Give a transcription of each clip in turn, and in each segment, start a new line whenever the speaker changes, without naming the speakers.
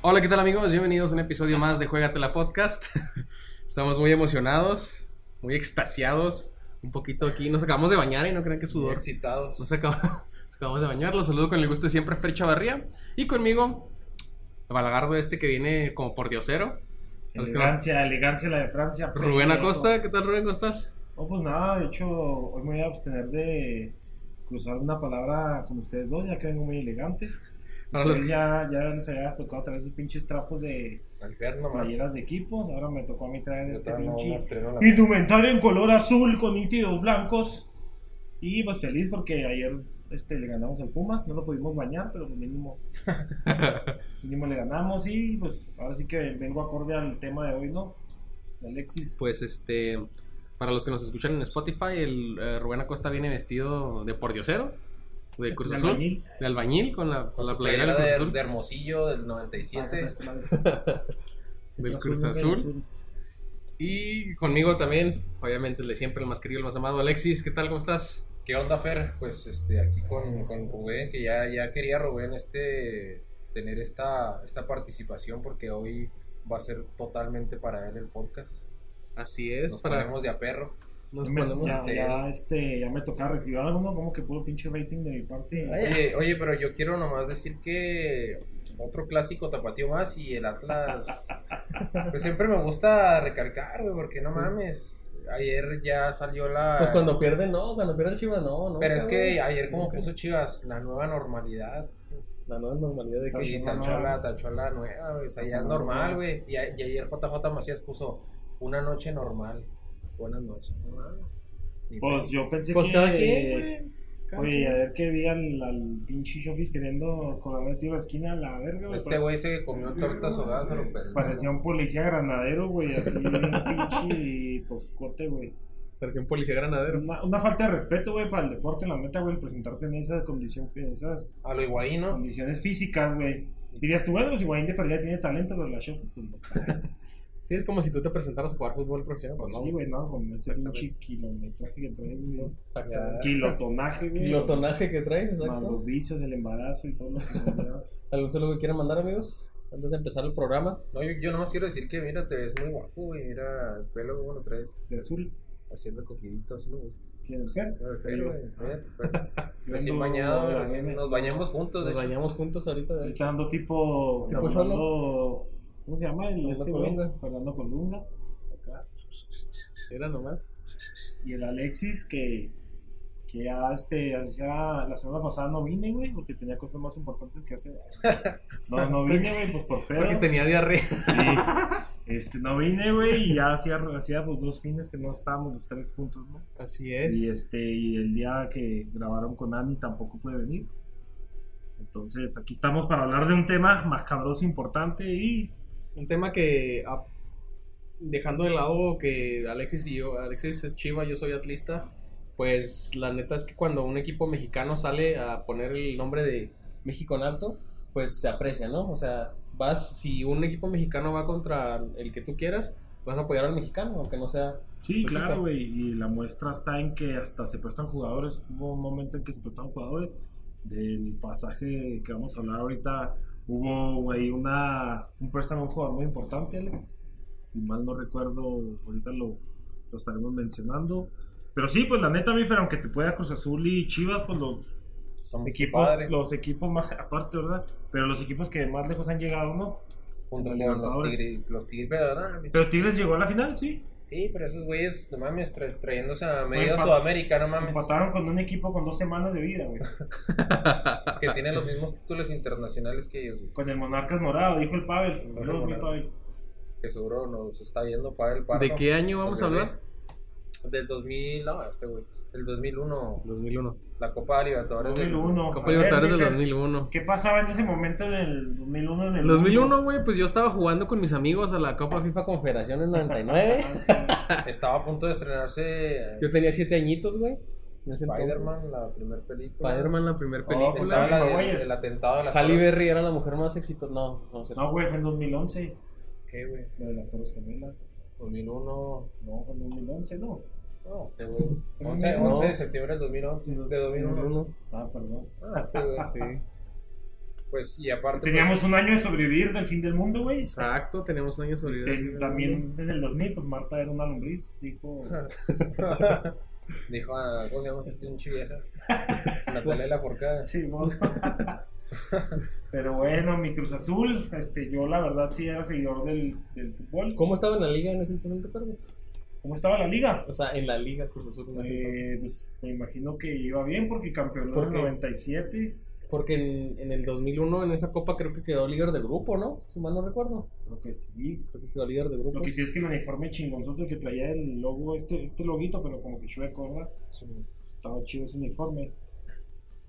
Hola, ¿qué tal amigos? Bienvenidos a un episodio más de Juégatela Podcast. Estamos muy emocionados, muy extasiados, un poquito aquí. Nos acabamos de bañar y no crean que es
Muy
sudor.
excitados.
Nos, acaba- nos acabamos de bañar. Los saludo con el gusto de siempre, Fer Chavarría. Y conmigo, Balagardo este que viene como por diosero. A los que no-
Elegancia, elegancia la de Francia. pero
Rubén
eso.
Acosta, ¿qué tal Rubén? ¿Cómo estás?
No, pues nada, de hecho, hoy me voy a abstener de cruzar una palabra con ustedes dos, ya que vengo muy elegante.
Para los que-
Ustedes ya, ya les había tocado traer esos pinches trapos de
Al ver nomás.
playeras de equipos, ahora me tocó a mí traer
Yo
este
todavía no
pinche
me estreno la-
indumentario en color azul con nítidos blancos. Y pues feliz porque ayer este, le ganamos al Pumas, no lo pudimos bañar, pero pues, mínimo, mínimo le ganamos. Y pues ahora sí que vengo acorde al tema de hoy, ¿no? Alexis.
Pues este, para los que nos escuchan en Spotify, el eh, Rubén Acosta viene vestido de por diosero, de Cruz
de
Azul,
albañil.
de albañil con la, con
Con
la
su
playera
playera
del Cruz
de,
Azul.
de Hermosillo del
Ah, puta,
97.
esta madre.
Del
Azul,
Cruz
del
Azul. Y conmigo también, obviamente, el de siempre, el más querido, el más amado, Alexis, ¿qué tal? ¿Cómo estás?
¿Qué onda, Fer? Pues este, aquí con, con Rubén, que ya, ya quería Rubén este, tener esta, esta participación porque hoy va a ser totalmente para él el podcast.
Así es,
Nos
para...
ponemos de a perro.
Nos
Me-
ponemos...
ya,
este-
ya, este, ya me toca recibir alguno, como que puro pinche rating de mi parte.
Oye, oye, pero yo quiero nomás decir que otro clásico tapatío más y el Atlas. Pues siempre me gusta recargar, güey, porque no
Sí.
mames. Ayer ya salió la.
pierde, no, Pues cuando pierde el Chivas, no, no.
Pero es que ayer, como
Ok.
puso Chivas, la nueva normalidad.
La nueva normalidad de
que-
Y
Nueva
tachó la,
normal.
tachó la nueva, güey. O sea, ya es
Nueva
normal,
normal.
güey. Y, a- y ayer JJ Macías puso una noche normal. Buenas noches. No mames. Ni
Pues
pedo.
yo pensé
Pues
que.
cada quien, güey.
Oye, a ver que vi al, al pinche Shofis queriendo colarme tiro a la esquina a la verga, güey.
Este güey se comió tortas ahogadas a lo pendejo.
Parecía un policía granadero, güey, así, un pinche toscote, güey.
Parecía un policía granadero.
Una, una falta de respeto, güey, para el deporte, la neta, güey, el presentarte en esa condición, en esas
A lo Higuaín, ¿no?
condiciones físicas, güey. Dirías tú, bueno, pues Higuaín de perdida tiene talento, pero la Shofis, pues no.
Sí, es como si tú te presentaras a jugar fútbol profesional, pues no.
Sí, güey, no, con este
Exactamente.
pinche kilometraje que trae, güey.
Ya.
Kilotonaje, güey.
tonaje que traes,
Más los vicios, el embarazo y todo lo que conlleva.
¿Algún saludo que quieran mandar, amigos? Antes de empezar el programa.
No, yo, yo nomás quiero decir que mira, te ves muy guapo, güey. Mira, el pelo, bueno, traes
De azul,
haciendo cogidito, así me gusta.
¿quién es el Fer?
Pero,
Yo.
pero, pero, pero,
Yo
Recién
ando-
bañado,
la
recién-
nena.
nos bañamos juntos, de
Nos
hecho.
bañamos juntos ahorita. de hecho.
Ahorita ando tipo.
Tipo
Fernando-
Cholo.
¿Cómo se llama? El, este güey?
Colunga.
Fernando Colunga. Acá.
Era nomás.
Y el Alexis, que. Que ya, este, ya la semana pasada no vine, güey, porque tenía cosas más importantes que hacer. No, no vine, güey, pues por pedos.
Porque tenía diarrea.
Sí. Este, no vine, güey, y ya hacía, hacía pues, dos fines que no estábamos los tres juntos, ¿no?
Así es.
Y este, y el día que grabaron con Ani tampoco pude venir. Entonces, aquí estamos para hablar de un tema macabroso importante y
Un tema que, a- dejando de lado que Alexis y yo, Alexis es chiva, yo soy atlista, pues la neta es que cuando un equipo mexicano sale a poner el nombre de México en alto, pues se aprecia, ¿no? O sea, vas, si un equipo mexicano va contra el que tú quieras, vas a apoyar al mexicano, aunque no sea...
Sí,
Pues,
claro,
ok.
güey. Y la muestra está en que hasta se prestan jugadores. Hubo un momento en que se prestaron jugadores. Del pasaje que vamos a hablar ahorita, hubo, güey, una, un préstamo a un jugador muy importante, Alex. Si mal no recuerdo, ahorita lo, lo estaremos mencionando. Pero sí, pues la neta, mi Fer, aunque te pueda Cruz Azul y Chivas, pues los
Somos
equipos,
padres.
los equipos más, aparte, ¿verdad? Pero los equipos que más lejos han llegado, ¿no?
Junto con los
Libertadores.
tigres, los tigres, pero nada, mi-
Pero Tigres llegó a la final, sí.
Sí, pero esos güeyes, no mames, tra- trayéndose a medio
empat-
Sudamérica, no mames.
Empataron con un equipo con dos semanas de vida, güey.
Que tienen los mismos títulos internacionales que ellos, güey.
Con el Monarcas Morado, dijo el Pavel.
Con el
Saludos, mi
Morado.
Pavel.
Que seguro nos está viendo para el parto.
¿De qué año vamos a hablar?
Del 2000, no, este güey. Del 2001,
2001.
la Copa Libertadores. del-
2001.
Copa
A ver,
Libertadores del
Michel,
2001.
¿Qué pasaba en ese momento en el 2001? En el
En 2001, güey, pues yo estaba jugando con mis amigos a la Copa FIFA Confederación en 99.
Ah,
Estaba a punto de estrenarse.
Yo tenía siete añitos, güey. en ese entonces.
Spider-Man, la primera película.
Spider-Man, la primera
Oh,
película.
pues,
Estaba la del
Maguire.
el atentado de las
Halle
Torres-
Berry era la mujer más exitosa. No, no sé.
No, güey, fue en 2011.
¿Qué, güey?
La de las Torres Gemelas.
2001.
No, fue en 2011, no.
No, este, güey. 11,
No.
11 de septiembre del 2011. De 2001.
Ah, perdón.
Ah, este, güey.
Sí.
Pues, y aparte.
Teníamos un año de sobrevivir del fin del mundo, güey.
Exacto, tenemos años
Este, también en el 2000, pues Marta era una lombriz, dijo.
pues, dijo, ah, ¿cómo se llama esa pinche vieja? Natalia Lafourcade.
Sí, vos. Pero bueno, mi Cruz Azul, este, yo la verdad sí era seguidor del, del fútbol.
¿Cómo estaba en la liga en ese entonces, te acuerdas?
¿Cómo estaba la liga?
O sea, en la liga Cruz Azul en ese entonces.
Eh, pues, me imagino que iba bien porque campeón
¿Por
en el
qué?
97.
Porque en, en el 2001, en esa copa, creo que quedó líder de grupo, ¿no? Si mal no recuerdo.
Creo que sí.
Creo que quedó líder de grupo.
Lo que sí es que el uniforme chingonzote que traía el logo, este, este loguito, pero como que chueco, ¿verdad? Estaba chido ese uniforme.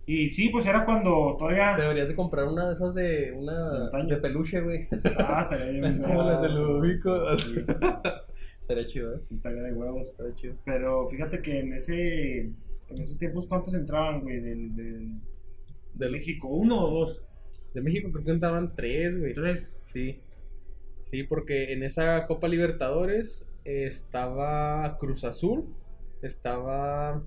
Y sí, pues era cuando
Te
todavía.
deberías de comprar una de esas de
De
una
antaño.
de peluche, güey.
Ah, estaría bien.
Es como las del
sí,
Lubico.
Sí,
Estaría chido, ¿eh?
sí, estaría de huevos.
Estaría chido.
Pero fíjate que en ese en esos tiempos, ¿cuántos entraban, güey? Del, del-
De,
de México, ¿uno o dos?
de México creo que entraban tres, güey.
Tres.
Sí. Sí, porque en esa Copa Libertadores eh, estaba Cruz Azul, estaba...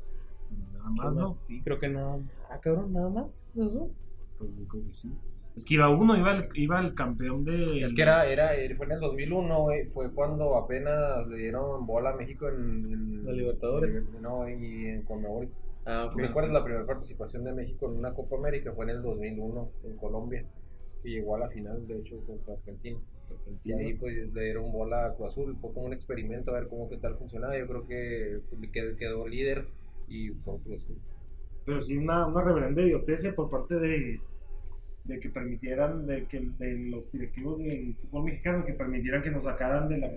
Nada
¿quién
más, ¿no?
más? Sí, creo que nada más. Ah, cabrón, nada más. Cruz Azul.
Pues yo creo que sí. Es que iba uno, iba el, iba el campeón de.
Es que era, era, eh, fue en el 2001, güey, fue cuando apenas le dieron bola a México en... en-
La Libertadores.
No, y en Conmebol.
Ah, ok.
Me acuerdo la primera participación de México en una Copa América fue en el 2001 en Colombia, que llegó a la final, de hecho, contra Argentina. Y ahí pues le dieron bola a Cruz Azul, fue como un experimento a ver cómo que tal funcionaba. Yo creo que pues, qued- quedó líder y fue Cruz Azul.
Pero sí, una, una reverenda idiotecia por parte de, de que permitieran, de que de los directivos del fútbol mexicano, que permitieran que nos sacaran de la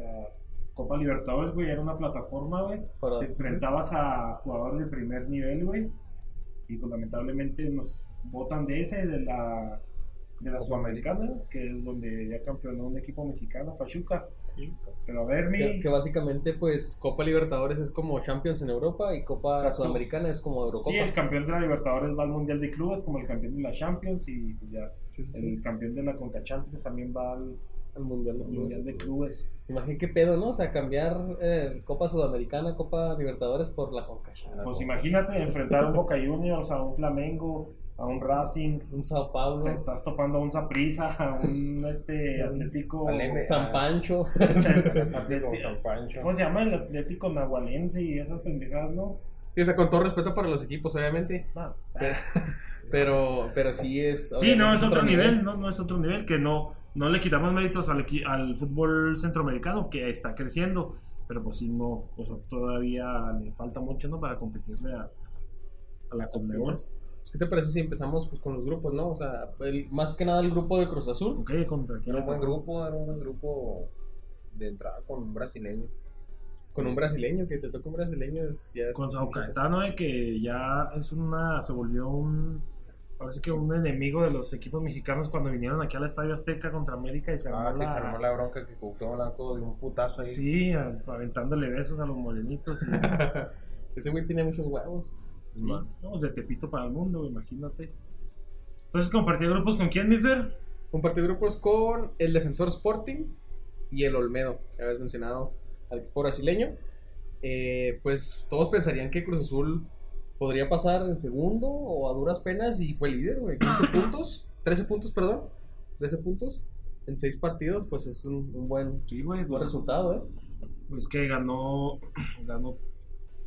Copa Libertadores, güey. Era una plataforma, güey.
Para-
Te enfrentabas a jugadores de primer nivel, güey. Y pues lamentablemente nos botan de ese, de la, de la Sudamericana, que es donde ya campeonó un equipo mexicano, Pachuca. Pero a ver, mi.
Que, que básicamente, pues, Copa Libertadores es como Champions en Europa y Copa
Exacto.
Sudamericana es como Eurocopa.
Sí, el campeón de la Libertadores va al Mundial de Clubes como el campeón de la Champions y pues, ya
Sí, sí, sí.
el campeón de la Conca Champions también va al
El Mundial de
Mundial
Clubes. pues.
de Clubes.
Imagínate qué pedo, ¿no? O sea, cambiar eh, Copa Sudamericana, Copa Libertadores por la Conca.
Pues imagínate enfrentar a un Boca Juniors, a un Flamengo, a un Racing,
Un Sao
te
Paulo,
estás topando a un Saprissa, a un este Atlético,
Al M.
San Pancho.
Atlético San Pancho.
¿cómo se llama? El Atlético Nahualense y esas pendejadas, ¿no?
Sí, o sea, con todo respeto para los equipos, obviamente.
No.
Pero, pero, pero sí es.
Sí, no,
obviamente,
es otro nivel, no, no es otro nivel, que no, no le quitamos méritos al, equi- al fútbol centroamericano, que está creciendo, pero pues sí, no, o sea, todavía le falta mucho, ¿no? Para competirle a, a la Conmebol.
Así es. ¿Qué te parece si empezamos pues, con los grupos, no? O sea, el- más que nada el grupo de Cruz Azul.
Ok, contra quién
Era
le
un buen
tocó?
grupo, era un buen grupo de entrada con un brasileño.
Con un brasileño, que te toque un brasileño es, ya es-
Con Sao Caetano, eh, que ya es una, se volvió un, parece que un enemigo de los equipos mexicanos cuando vinieron aquí al Estadio Azteca contra América y se armó
Ah, que
la-
se armó la bronca que Cuauhtémoc Blanco de un putazo ahí.
Sí, a- aventándole besos a los morenitos y...
Ese güey tiene muchos huevos.
Sí, Vamos de Tepito para el mundo, güey, imagínate. Entonces compartí grupos con quién, Mister?
Compartí grupos con el Defensor Sporting y el Olmedo, que habías mencionado al equipo brasileño. Eh, pues todos pensarían que Cruz Azul podría pasar en segundo o a duras penas y fue líder, güey. 15 puntos, 13 puntos, perdón. 13 puntos en 6 partidos, pues es un, un buen,
Sí, güey.
buen resultado, ¿eh?
Pues que ganó, ganó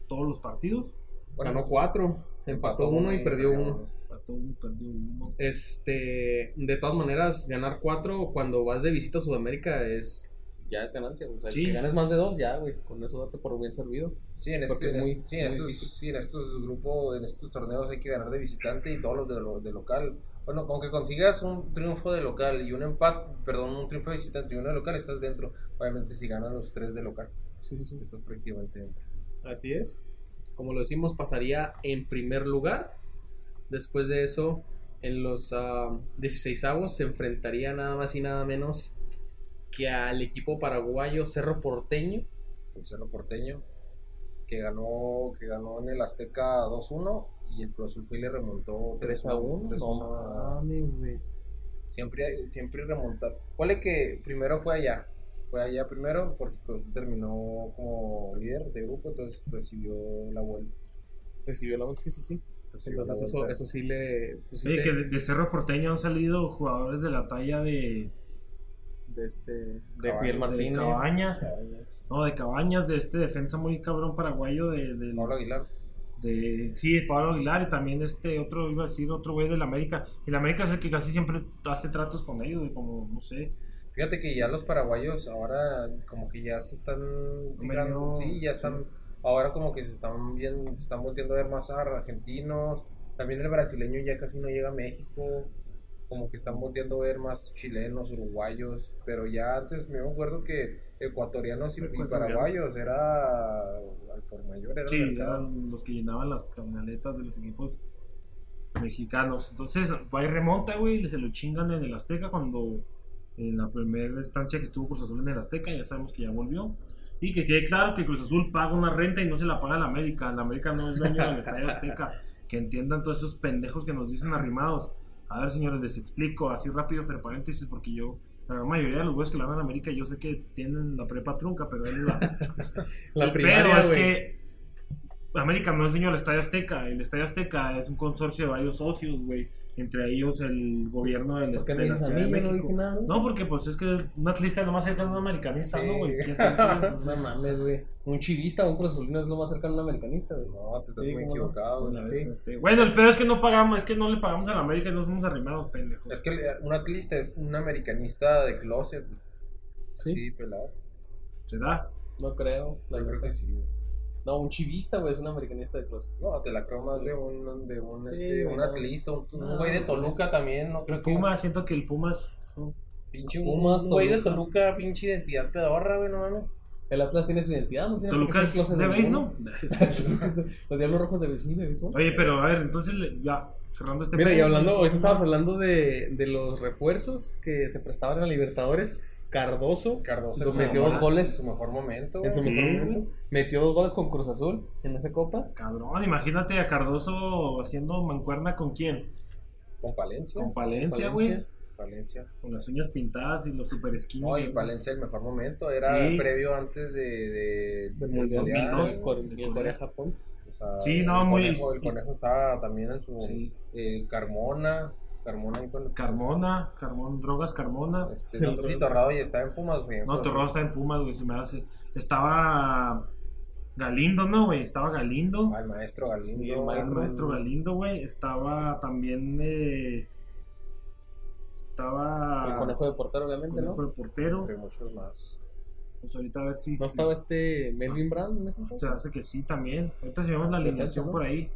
todos los partidos.
Bueno,
Ganó 4, Pues, empató 1 y perdió 1.
Empató uno, perdió uno.
Este, de todas maneras, ganar 4 cuando vas de visita a Sudamérica es... Ya es ganancia, güey. o sea,
Sí.
que ganes más de dos, ya, güey. Con eso date por bien servido.
Sí, en,
Porque
este,
es muy-
en- sí, en
muy
estos,
difícil.
sí, en estos grupos, en estos torneos hay que ganar de visitante y todos los de, lo- de local. Bueno, con que consigas un triunfo de local y un empate, perdón, un triunfo de visitante y uno de local, estás dentro. Obviamente, si ganan los tres de local, estás prácticamente dentro.
Así es. Como lo decimos, pasaría en primer lugar. Después de eso, en los 16 avos se enfrentaría nada más y nada menos que al equipo paraguayo Cerro Porteño.
El Cerro Porteño, que ganó, que ganó en el Azteca 2-1 y el Cruz Azul fue y le remontó
3 a 1.
3 a
No
1 a-
mames, güey.
Siempre, siempre remontar. Ponle que primero fue allá. Fue allá primero porque pues, terminó como líder de grupo, entonces recibió la vuelta.
Recibió la bolsa, sí, sí, sí.
Recibió
Entonces
la
eso,
vuelta.
eso sí le... pues, sí
Oye,
te-
que de, de Cerro Porteño han salido jugadores de la talla de,
de este... De
Cabañas,
Miguel
de
de
Martínez.
Cabañas.
Cabañas.
No, de Cabañas, de este defensa muy cabrón paraguayo de, del-
Pablo Aguilar.
de- sí, de Pablo Aguilar y también este otro, iba a decir, otro güey del América. El América es el que casi siempre hace tratos con ellos, güey, como, no sé,
Fíjate que ya los paraguayos ahora como que ya se están fijando,
Medio-
sí, ya están, ahora como que se están bien, se están volviendo a ver más a argentinos, también el brasileño ya casi no llega a México, como que están volviendo a ver más chilenos, uruguayos, pero ya antes me acuerdo que ecuatorianos y, y
Ecuatorianos.
paraguayos era al por mayor, era
Sí,
mercado.
eran los que llenaban las canaletas de los equipos mexicanos. Entonces, va y remonta, güey, y se lo chingan en el Azteca cuando en la primera estancia que estuvo Cruz Azul en el Azteca, ya sabemos que ya volvió. Y que quede claro que Cruz Azul paga una renta y no se la paga la América. La América no es dueño del Estadio Azteca. Que entiendan todos esos pendejos que nos dicen arrimados. A ver, señores, les explico así rápido, entre paréntesis, porque yo, la gran mayoría de los güeyes que la van a América, yo sé que tienen la prepa trunca, pero es la,
La
pero
primaria,
es
güey.
que América no es dueño del Estadio Azteca. El Estadio Azteca es un consorcio de varios socios, güey. Entre ellos el gobierno del
¿Por qué me
de la
dices a
Ciudad
mí?
de
Yo no
México.
dije nada, güey.
No, porque pues es que un atlista es lo más cercano a un americanista, ¿no, güey?
Sí.
¿Quién sabe?
No mames, güey. Un chivista o un cruzulino es lo más cercano a un americanista, güey.
No, te estás
Sí,
muy
cómo no.
equivocado, güey.
Una vez
Sí.
con este- Bueno, pero es que no pagamos, es que no le pagamos a la América y no somos arrimados, pendejos.
Es que el- un atlista es un americanista de closet,
Sí.
sí, pelado.
¿Será?
No creo. la
Yo creo
neta.
que sí, güey.
No, un chivista, güey, es un americanista de closet.
No, te la creo más
Sí.
de un, de un,
Sí,
este,
güey, Ah, pues,
un
no.
atlista, un, un
No,
güey de
no,
Toluca también, no creo
Pero
que
Puma, siento que el Puma es un-
pinche un,
Pumas,
un güey de
Toluca.
Toluca, pinche identidad pedorra, güey, no mames.
El Atlas tiene su identidad, no tiene por qué
Toluca
ser
es de
ninguno.
base, ¿no?
Los Diablos Rojos de vecino, ¿no?
Oye, pero a ver, entonces le- ya, cerrando este
Mira, y
pedo,
hablando, ahorita
Puma.
estabas hablando de, de los refuerzos que se prestaban a Libertadores. Cardoso
Cardoso
Dos-
en su
metió
mejor-
dos goles.
en su mejor momento.
en su
Sí,
mejor
güey.
momento metió dos goles con Cruz Azul en esa copa.
Cabrón, imagínate a Cardoso haciendo mancuerna con quién?
Con Palencia.
Con Palencia, güey.
Valencia.
Palencia.
Con las uñas pintadas y los super esquinos.
No, y Palencia el mejor momento, era
Sí.
previo antes de, de,
Del
del
Mundial
Mundial,
2002,
güey.
Corea- de Corea-Japón.
O sea,
Sí, no,
el
muy-
Conejo, el conejo estaba también en su...
Sí.
eh, Carmona, Carmona ahí con...
Carmona, Carmón, drogas Carmona.
Este, no sé si Torrado ya estaba en Pumas, pues, güey.
No, Torrado está en Pumas, güey, se me hace. Estaba Galindo, ¿no, güey? Estaba Galindo.
Al maestro Galindo.
Sí, el
Estaba el
maestro.
maestro Galindo, güey. Estaba también. eh, Estaba.
El
Ah.
conejo de portero, obviamente,
conejo
¿no?
de portero.
entre muchos más.
Pues ahorita a ver si.
No estaba este Melvin Brand en ese
Se
entonces.
hace que sí también. Ahorita si vemos la
Defensa,
alineación
¿no?
por ahí.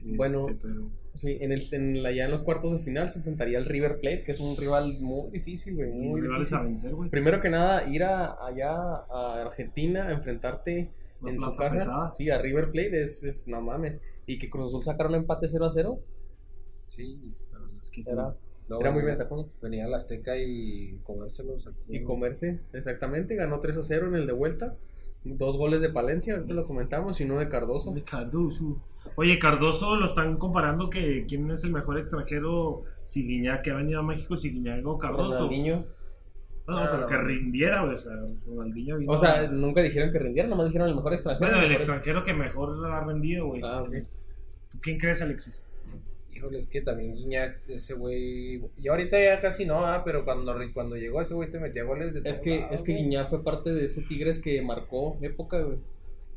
Bueno.
Este, pero-
Sí, en el, en la- ya en los cuartos de final se enfrentaría al River Plate, que es un rival muy difícil, güey. Muy
rivales
difícil.
a vencer, güey.
Primero que nada, ir a, allá a Argentina a enfrentarte
Una
en su
plaza
casa.
pesada.
Sí, a River Plate es, es- no mames. Y que Cruz Azul sacaron empate 0 a 0.
Sí.
La verdad es que sí.
Era,
Luego
era muy
venía-
ventajoso.
pues, Venía al Azteca y comérselos aquí.
Mm.
Y comerse, exactamente. Ganó 3 a 0 en el de vuelta. Dos goles de Palencia, ahorita lo comentamos, y uno de Cardoso.
De Cardoso. Oye, Cardoso lo están comparando que quién es el mejor extranjero si Guiñac que ha venido a México si Guiñac o Cardoso. No,
Ronaldinho.
no, pero que rindiera, güey, o sea, Ronaldinho vino-
O sea, nunca dijeron que rindiera, nomás dijeron el mejor extranjero.
bueno, el
mejor-
extranjero que mejor ha rendido, güey.
Ah, ok.
¿Tú quién crees, Alexis?
Híjole, es que también Guiñac, ese güey. Y ahorita ya casi no, ah, pero cuando, cuando llegó ese güey te metía goles de.
Es
todos
que,
lados,
es que
güey.
Guiñá fue parte de ese Tigres que marcó época, güey.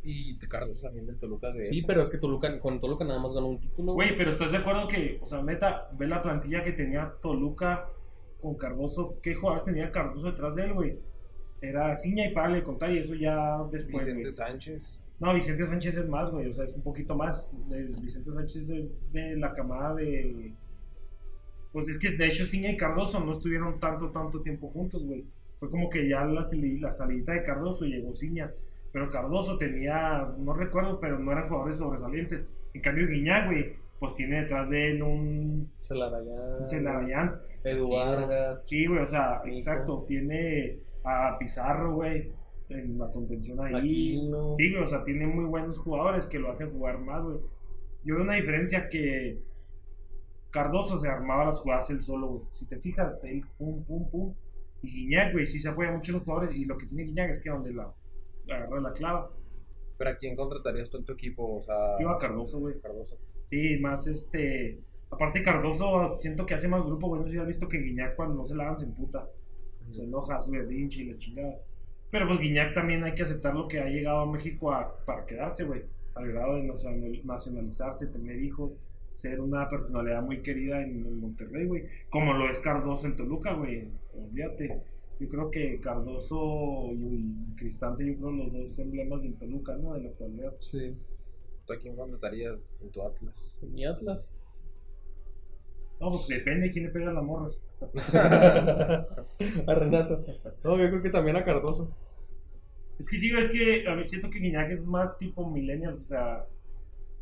Y te Carlos también del Toluca, güey.
Sí, pero es que Toluca, con Toluca nada más ganó un título.
Güey, pero ¿estás de acuerdo que, o sea, neta, ve la plantilla que tenía Toluca con Cardoso? ¿Qué jugadores tenía Cardoso detrás de él, güey? Era Ciña y Pablo de contar y eso ya después,
Vicente
pues, güey.
Sánchez.
No, Vicente Sánchez es más, güey, o sea, es un poquito más. Es- Vicente Sánchez es de la camada de... Pues es que de hecho Ciña y Cardoso no estuvieron tanto, tanto tiempo juntos, güey. Fue como que ya la, sali- la salida de Cardoso llegó Ciña. Pero Cardoso tenía, no recuerdo, pero no eran jugadores sobresalientes. En cambio Guiñá, güey, pues tiene detrás de él un...
Se la rayan.
un Celarayán.
Edu Vargas.
Sí, güey, o sea,
Nico.
exacto. Tiene a Pizarro, güey. en la contención ahí.
Aquí no.
Sí, güey, o sea, tiene muy buenos jugadores que lo hacen jugar más, güey. Yo veo una diferencia que Cardoso se armaba las jugadas él solo, güey. Si te fijas, él pum, pum, pum. Y Guiñac, güey, sí se apoya mucho en los jugadores. Y lo que tiene Guiñac es que donde la agarra la clava.
Pero ¿a quién contratarías tú en tu equipo? O sea,
Yo a Cardoso, güey.
Cardoso.
Sí, más este. Aparte, Cardoso ah, siento que hace más grupo, güey. No sé si has visto que Guiñac cuando no se la dan se emputa. Se enoja, sube berrinche y la chingada. Pero pues Guiñac también hay que aceptar lo que ha llegado a México a- para quedarse, güey. Al grado de nacional- nacionalizarse, tener hijos, ser una personalidad muy querida en, en Monterrey, güey. Como lo es Cardoso en Toluca, güey. Olvídate. Yo creo que Cardoso y, y Cristante, yo creo los dos emblemas del Toluca, ¿no? De la actualidad.
Sí.
¿Tú a quién contratarías en tu Atlas?
Ni Atlas.
No, pues depende de quién le pega a las morras.
a Renato. No, yo creo que también a Cardoso.
Es que sí, güey, es que a mí siento que Guiñac es más tipo millennials, o sea,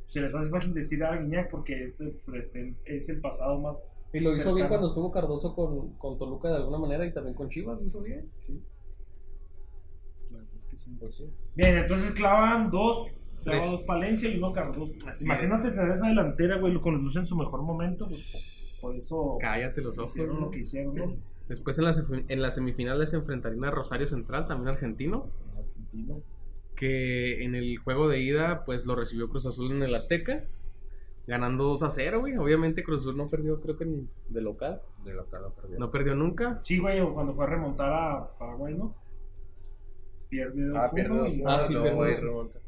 se les hace fácil decir a Guiñac porque es el, presen- es el pasado más.
Y lo hizo bien
cercano.
cuando estuvo Cardoso con, con Toluca de alguna manera y también con Chivas, lo hizo bien.
Bueno, es que sí.
Pues sí.
Bien, entonces clavan dos, clava
Tres.
dos Palencia y uno Cardoso.
Así
Imagínate
es.
tener esa delantera, güey, con los dos en su mejor momento, pues, por eso
Cállate los ojos.
hicieron
¿no?
lo que hicieron, ¿no?
Después en la, sef- en la semifinal se enfrentarían a Rosario Central, también argentino.
Argentino.
que en el juego de ida pues lo recibió Cruz Azul en el Azteca, ganando 2 a 0, güey. Obviamente Cruz Azul no perdió, creo que ni de local.
De lo que no perdió.
No perdió nunca.
Sí, güey, o cuando fue a remontar a Paraguay, ¿no? Pierde dos.
Ah, pierde
uno
dos.
y-
uno,
Ah, sí,
luego
pierde
ahí
dos.
remonta.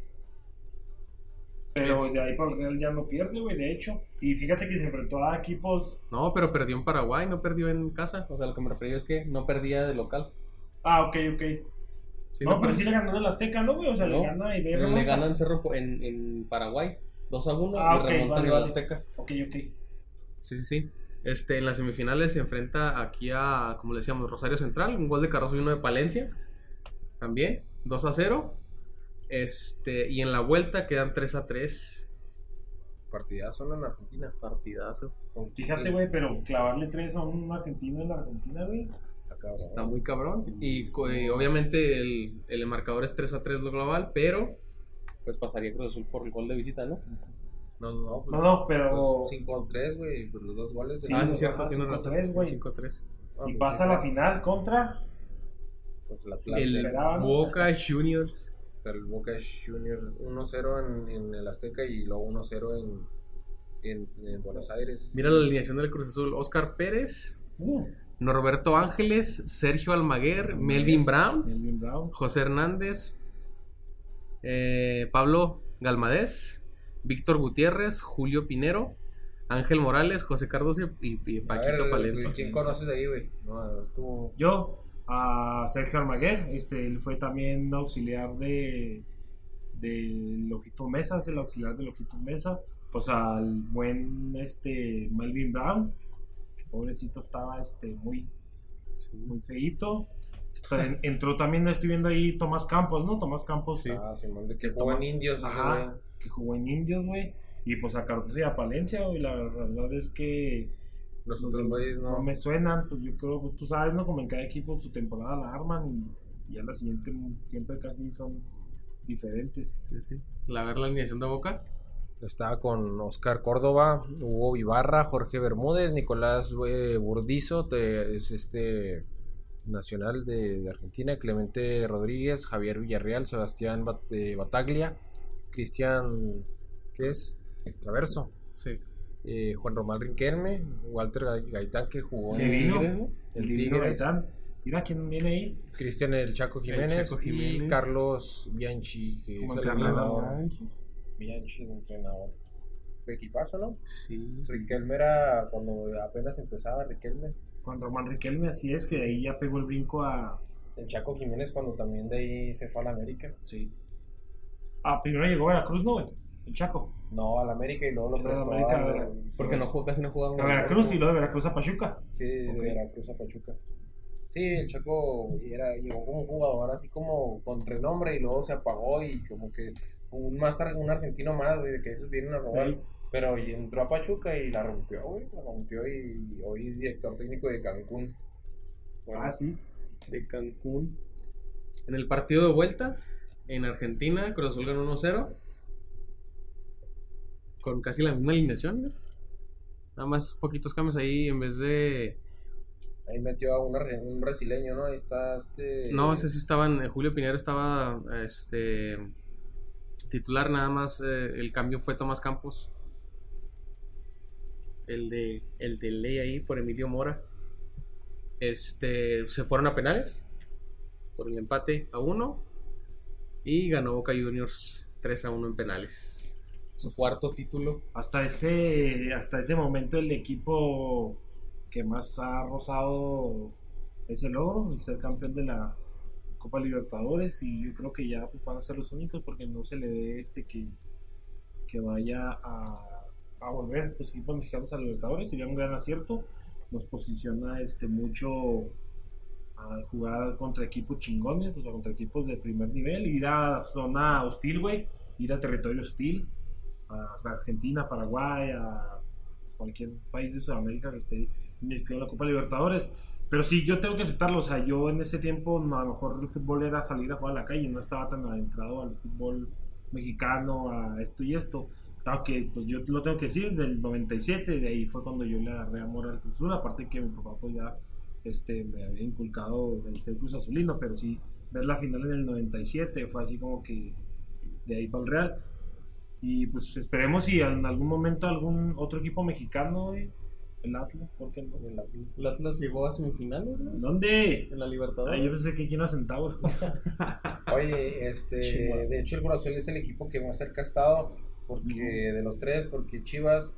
Pero
Es-
de ahí para el Real ya no pierde, güey, de hecho. Y fíjate que se enfrentó a equipos.
No, pero perdió en Paraguay, no perdió en casa. O sea, lo que me refería es que no perdía de local.
Ah, ok, ok.
Sí,
no, pero
perdió.
sí le ganó en el Azteca, ¿no, güey? O sea,
No,
le gana y ve
Le
remonta.
ganan Cerro Po- en, en Paraguay 2 a 1
Ah,
y
ok,
remontan
vale,
en el
vale.
Azteca.
Ok, ok.
Sí, sí, sí. Este, en las semifinales se enfrenta aquí a, como le decíamos, Rosario Central, un gol de Carrozo y uno de Palencia. También, 2 a 0. Este, y en la vuelta quedan 3 a 3.
Partidazo ¿no? en Argentina.
Partidazo.
Con
Fíjate, güey, pero clavarle tres a un argentino en la Argentina, güey.
Está cabrón.
Está muy cabrón. Y co- eh, obviamente el, el marcador es 3 a 3 lo global, pero pues pasaría Cruz Azul por el gol de visita, ¿no?
No, no, pues,
No, no, pero.
5 3, güey. Pues los dos goles. de-
Sí,
ah, sí,
güey,
es cierto,
ajá,
tiene
5 a
razón.
3, güey.
5 a 3.
Ah,
y
pues
pasa
sí,
la final contra.
Pues la Atlas,
El
esperaban.
Boca Juniors.
contra el Boca Juniors 1-0 en, en el Azteca y luego 1-0 en, en, en Buenos Aires.
Mira la alineación del Cruz Azul. Oscar Pérez,
Uh,
Norberto Ángeles, Sergio Almaguer, Melvin Brown,
Melvin Brown.
José Hernández, eh, Pablo Galmadez, Víctor Gutiérrez, Julio Pinero, Ángel Morales, José Cardoso y, y
A
Paquito
ver,
Palencia.
¿Quién conoces de ahí, güey? No, tú.
Yo, a Sergio Almaguer, este, él fue también auxiliar de, de Lojito Mesa, es el auxiliar de Lojito Mesa, pues al buen este Melvin Brown, que pobrecito estaba este muy, muy feíto. Está- en- entró también, estoy viendo ahí Tomás Campos, ¿no? Tomás Campos
Ah, Simón, de que
Que
juegan
toma-
indios. ese
Ajá,
güey.
que jugó en Indios, güey. Y pues a Cardoso y a Palencia, güey, la verdad es que
Los
los
otros
demás
güeyes no.
me suenan, pues yo creo, pues tú sabes, ¿no? Como en cada equipo su temporada la arman y ya la siguiente siempre casi son diferentes.
Sí, sí. La ver la alineación de Boca.
Estaba con Oscar Córdoba, Hugo Ibarra, Jorge Bermúdez, Nicolás eh, Burdizo, te- es este nacional de, de Argentina, Clemente Rodríguez, Javier Villarreal, Sebastián Bat- eh, Bataglia, Cristian, ¿qué es? Traverso,
Sí.
eh, Juan Román Riquelme, Walter Ga- Gaitán que jugó
Sí.
en
Divino.
el
El divino
Tigres,
Gaitán. Mira quién viene ahí.
Cristian El Chaco Jiménez,
Chaco
y
Jiménez.
Carlos Bianchi, que
Como
es el
entrenador.
entrenador. Bianchi, el entrenador. Equipazo, ¿no? Pues
Sí.
Riquelme era cuando apenas empezaba Riquelme.
Juan Román Riquelme, así es, que de ahí ya pegó el brinco a.
El Chaco Jiménez cuando también de ahí se fue a la América.
Sí. Ah, primero llegó a Veracruz, ¿no, güey? El Chaco.
No, a la América y luego lo
Era de
prestó
América,
al-
¿verdad?
Porque no jugó, casi no jugaba.
A Veracruz y luego de Veracruz a Pachuca.
Sí, de
Ok.
Veracruz a Pachuca. Sí, el Chaco era, llegó como un jugador así como con renombre y luego se apagó y como que un más ar- un argentino más, güey, de que esos vienen a robar.
Ahí.
Pero y entró a Pachuca y la rompió, güey, la rompió y hoy
Ah,
es director técnico de Cancún. Bueno,
Ah, sí.
De Cancún. En el partido de vuelta, en Argentina, Cruz Azul ganó 1-0. Con casi la misma alineación, güey. Nada más poquitos cambios ahí en vez de.
Ahí metió a un, arge- un brasileño, ¿no? Ahí está este.
No, ese sí estaban. eh, Julio Pinero estaba este titular, nada más. eh, el cambio fue Tomás Campos. El de el de ley ahí por Emilio Mora. Este se fueron a penales por el empate a uno. Y ganó Boca Juniors 3 a 1 en penales. Su cuarto título.
Hasta ese, hasta ese momento el equipo que más ha rozado ese logro, el ser campeón de la Copa Libertadores, y yo creo que ya pues, van a ser los únicos porque no se le ve este que, que vaya a, a volver los equipos mexicanos a Libertadores, sería un gran acierto, nos posiciona este mucho a jugar contra equipos chingones, o sea, contra equipos de primer nivel, ir a zona hostil, güey, ir a territorio hostil, a Argentina, Paraguay, a cualquier país de Sudamérica que esté metido en la Copa Libertadores. Pero sí, yo tengo que aceptarlo. O sea, yo en ese tiempo, no, a lo mejor el fútbol era salir a jugar a la calle, no estaba tan adentrado al fútbol mexicano, a esto y esto. Claro que, pues yo lo tengo que decir, del 97, de ahí fue cuando yo le agarré amor al Cruz Azul. Aparte que mi papá, pues ya este, me había inculcado el ser Cruz Azulino, pero sí, ver la final en el 97 fue así como que de ahí para el Real. Y pues esperemos si en algún momento algún otro equipo mexicano, güey, el Atlas, ¿por qué no?
En la-
El Atlas llegó a semifinales,
¿Dónde?
En la
Ah, yo
Libertadores.
pensé que aquí no sentado.
Oye, este,
Chihuahua.
de hecho el Cruz Azul es el equipo que más cerca ha estado porque de los tres, porque Chivas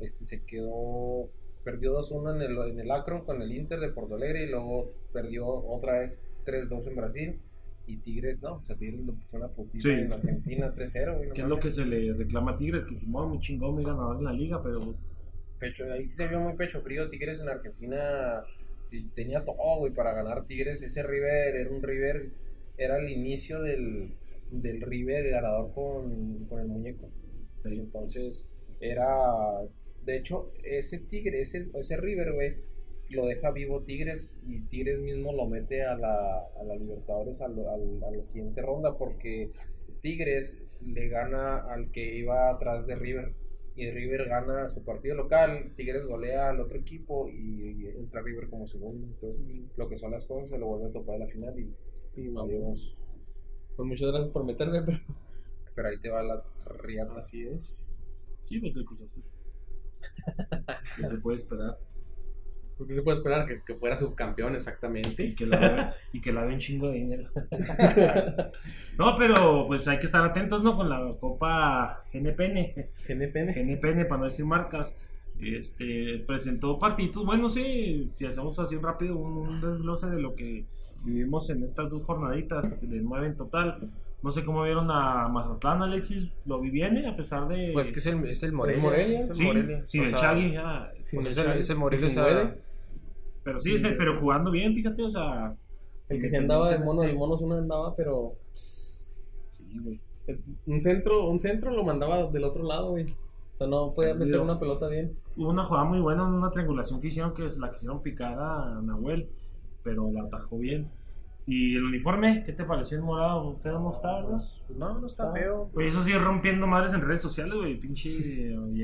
este, se quedó, perdió 2-1 en el, en el Akron con el Inter de Porto Alegre y luego perdió otra vez 3-2 en Brasil y Tigres, no, o sea, Tigres lo puso una putiza
Sí.
en Argentina 3-0, güey, no
Que es lo
mames.
que se le reclama a Tigres, que Simón, muy chingón, muy ganador en la liga, pero
Pecho, ahí sí se vio muy pecho frío Tigres en Argentina y tenía todo, güey, para ganar Tigres. Ese River era un River, era el inicio del, del River ganador con, con el muñeco. Entonces, era. De hecho, ese Tigre, ese, ese River, güey, lo deja vivo Tigres y Tigres mismo lo mete a la, a la Libertadores al- al- a la siguiente ronda porque Tigres le gana al que iba atrás de River y River gana su partido local, Tigres golea al otro equipo y, y entra River como segundo. Entonces, lo que son las cosas se lo vuelve a topar en la final y
Sí, mamá.
adiós.
Pues muchas gracias por meterme, pero
Pero ahí te va la riata.
así es.
sí, pues el Cruz Azul. Que se puede esperar.
Pues que se puede esperar que, que fuera subcampeón exactamente.
Y que la vea- y que la dé un chingo de dinero. no, pero pues hay que estar atentos, ¿no? Con la Copa GNPN.
GNPN.
GNPN, para no decir marcas. Este, presentó partidos. Bueno, sí, si hacemos así rápido un, un desglose de lo que vivimos en estas dos jornaditas, de nueve en total. No sé cómo vieron a Mazatlán, Alexis. Lo vi bien, eh, a pesar de.
Pues que es el, es el Morelia.
¿Es Morelia?
Es el
sí,
Morelia.
sí,
O
el
sea,
Chagui, ah,
pues es el, es el Morelia. o sea,
Pero sí, ese- pero jugando bien, fíjate, o sea.
El que se andaba de mono de monos, uno andaba, pero.
pues,
Sí, güey.
Un centro, un centro lo mandaba del otro lado, güey. O sea, no podía meter
Olvido.
una pelota bien.
Hubo una jugada muy buena, una triangulación que hicieron que la quisieron picar a Nahuel, pero la atajó bien. ¿Y el uniforme? ¿Qué te pareció el morado? Usted no
Ah,
está, ¿verdad?
pues,
No, no está feo.
Pues eso sí, rompiendo madres en redes sociales, güey, pinche.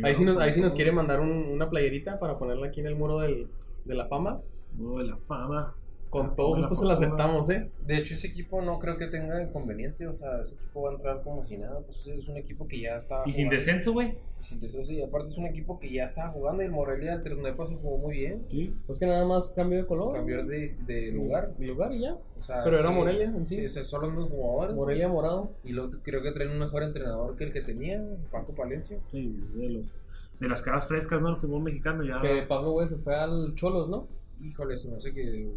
Ahí sí nos, ahí sí nos quiere mandar un- una playerita para ponerla aquí en el muro del- de la fama.
Uno de la fama.
Con todo
De la
gusto se Ah, la
fama.
aceptamos, ¿eh?
De hecho, ese equipo no creo que tenga inconveniente. O sea, ese equipo va a entrar como si nada. Pues es un equipo que ya está.
Y sin
jugando.
descenso, güey.
Sin descenso, Y Pues aparte es un equipo que ya estaba jugando. Y el Morelia el torneo pasado jugó muy bien.
Sí.
Pues que nada más cambio de color.
Cambió de, de lugar.
De lugar y ya.
O sea,
Pero era
sí,
Morelia en sí.
Sí, o sea, son los mismos jugadores.
Morelia morado.
Y luego creo que traen un mejor entrenador que el que tenía, Paco Palencia.
Sí, de, los, de las caras frescas, ¿no? El fútbol mexicano
Ah.
ya.
Que Pablo, güey, se fue al Cholos, ¿no?
Híjole, se me hace que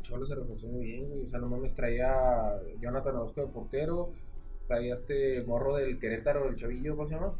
Cholo se reforzó muy bien, güey. O sea, no mames, traía Jonathan Orozco de portero. Traía este morro del Querétaro, el chavillo, ¿cómo se llama?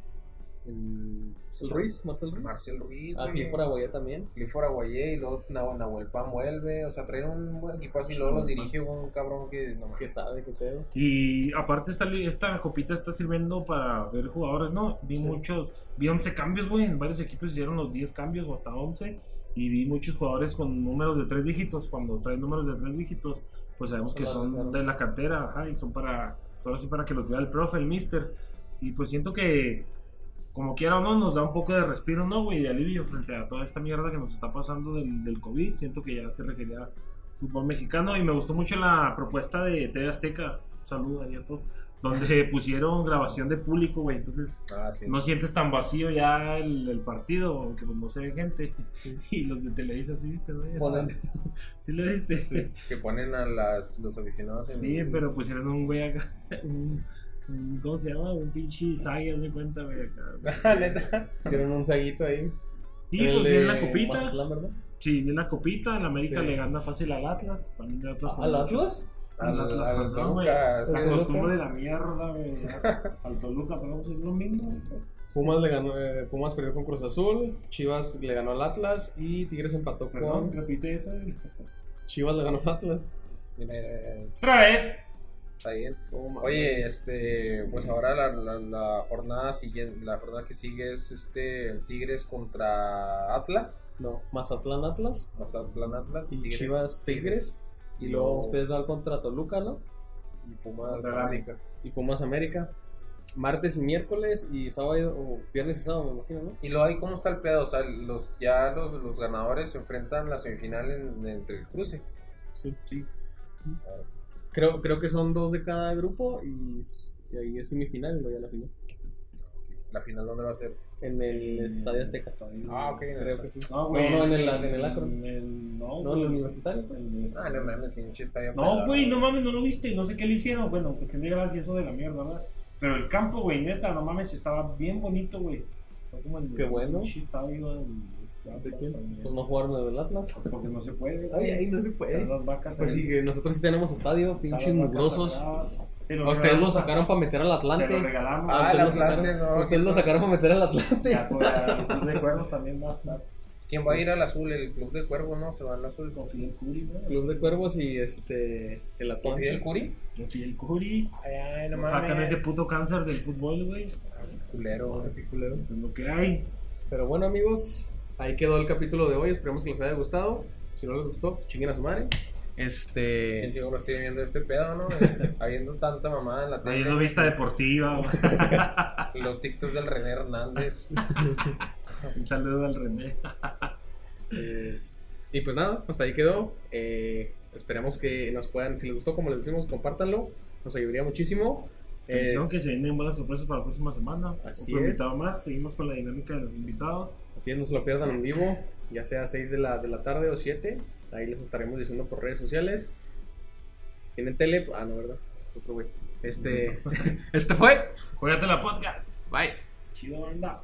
El,
El Ruiz, Marcel Ruiz. Ah,
Marcel Ruiz.
A
güey.
Clifford Aguayé también.
Clifford Aguayé y luego Nah- Nahuel Pan vuelve. O sea, traen un buen equipazo y luego los dirige un cabrón que
Que
no mames.
sabe, que pedo.
Y aparte esta, li- esta copita está sirviendo para ver jugadores, ¿no? Vi
Sí.
muchos, vi 11 cambios, güey, en varios equipos hicieron los 10 cambios o hasta 11 y vi muchos jugadores con números de tres dígitos. Cuando traen números de tres dígitos, pues sabemos que
Son las
son
reservas.
de la cantera, ajá, y son para, ahora sí para que los vea el profe, el mister. Y pues siento que, como quiera o no, nos da un poco de respiro, ¿no, güey? De alivio frente a toda esta mierda que nos está pasando del, del COVID. Siento que ya se requería fútbol mexicano y me gustó mucho la propuesta de TV Azteca. Un saludo ahí a todos. Donde pusieron grabación de público, güey. Entonces,
Ah, sí.
no sientes tan vacío ya el, el partido, aunque pues no se ve gente. Y los de Televisa sí viste, güey.
Ponen-
Sí lo viste. Sí,
que ponen a las, los aficionados en el-
pero pusieron un güey acá. un- un- ¿Cómo se llama? Un pinche Sague, se cuenta, güey. acá.
Ah, neta.
Hicieron un saguito ahí.
Y
El
pues
de
bien la copita.
Mazatlán, ¿verdad?
Sí, bien la copita. En América
Sí.
le gana fácil al Atlas. También el Atlas. con
¿Al
mucho-
Atlas?
Al
Al-
Atlas,
al
perdón, güey.
Toluca,
La
al Toluca.
costumbre de la mierda, güey. Al Toluca, pero pues, es lo mismo. güey, pues.
Pumas le ganó, eh, Pumas perdió con Cruz Azul, Chivas le ganó al Atlas y Tigres empató
Perdón,
con
repite eso. güey.
Chivas le ganó al Atlas.
Mira, eh,
Otra vez.
está bien.
Oh, mames.
Oye, este, pues ahora la, la, la jornada siguiente, la jornada que sigue es este el Tigres contra Atlas,
no, Mazatlán Atlas
Mazatlán Atlas
y
Tigres,
Chivas Tigres y luego ustedes van contra Toluca, ¿no?
y Pumas
Contra
América.
Y Pumas América. Martes y miércoles y sábado o viernes y sábado, me imagino, ¿no?
Y luego ahí cómo está el pedo, o sea, los ya los, los ganadores se enfrentan la semifinal en, entre el cruce.
Sí, sí. Creo, creo que son dos de cada grupo y, s- y ahí es semifinal y luego ya la final.
La final dónde va a ser?
En el
Mm,
Estadio Azteca.
Ah, ok, en el
Creo
Azteca.
que sí.
No,
No,
güey.
no, en el, en el Acron.
En el- no,
No, en
güey.
el universitario, pues. entonces.
Ah, no mames, pinche está bien
No,
pelado.
güey, no mames, no lo viste. No sé qué le hicieron. Bueno, pues tendría gracia eso de la mierda, ¿verdad? Pero el campo, güey, neta, no mames, estaba bien bonito, güey. Fue como el-
Qué bueno.
el estadio del-
¿De quién? Pues no jugaron en el Atlas.
Porque no se puede. güey.
Ay, ahí no se
Están
puede.
las vacas
Pues
ahí.
sí, que nosotros sí tenemos estadio,
Están
pinches
las vacas
mugrosos.
sacadas. Se los
Ustedes lo
regalamos.
sacaron para meter al
Se lo
Atlante.
regalamos.
Ah,
Ustedes
el
lo sacaron-
Atlante, no,
Ustedes lo
que-
sacaron para meter al Atlante.
Ya, pues, al Club de Cuervos también va a estar
¿Quién va a ir al azul? El club de cuervo, ¿no? Se va al azul
con Fidel Curi, güey.
Club de Cuervos y este. El
con Fidel
Atlante.
Curi.
Con Fidel Curi.
Ay, ay, no
Sacan
mames.
ese puto cáncer del fútbol, güey.
culero.
Así culero.
Eso es lo que hay.
Pero bueno, amigos, ahí quedó el capítulo de hoy. Esperemos que les haya gustado. Si no les gustó, pues chinguen a su madre.
El
Este.
chico lo estoy viendo este pedo, ¿no? Habiendo tanta mamada en la
Hay una
tele.
vista deportiva. güey.
Los TikToks del René Hernández.
Un saludo al René.
eh, y pues nada, hasta ahí quedó. Eh, esperemos que nos puedan. Si les gustó, como les decimos, compártanlo. Nos ayudaría muchísimo. Eh,
Atención que se vienen buenas sorpresas para la próxima semana.
Así
Otro
es.
invitado más. Seguimos con la dinámica de los invitados.
Así es, no se lo pierdan en vivo, ya sea 6 de la, de la tarde o 7. Ahí les estaremos diciendo por redes sociales. Si tienen tele, pues- ah, no, ¿verdad? Ese es otro güey. Este, este fue.
Juegate la podcast.
Bye.
Chido, banda.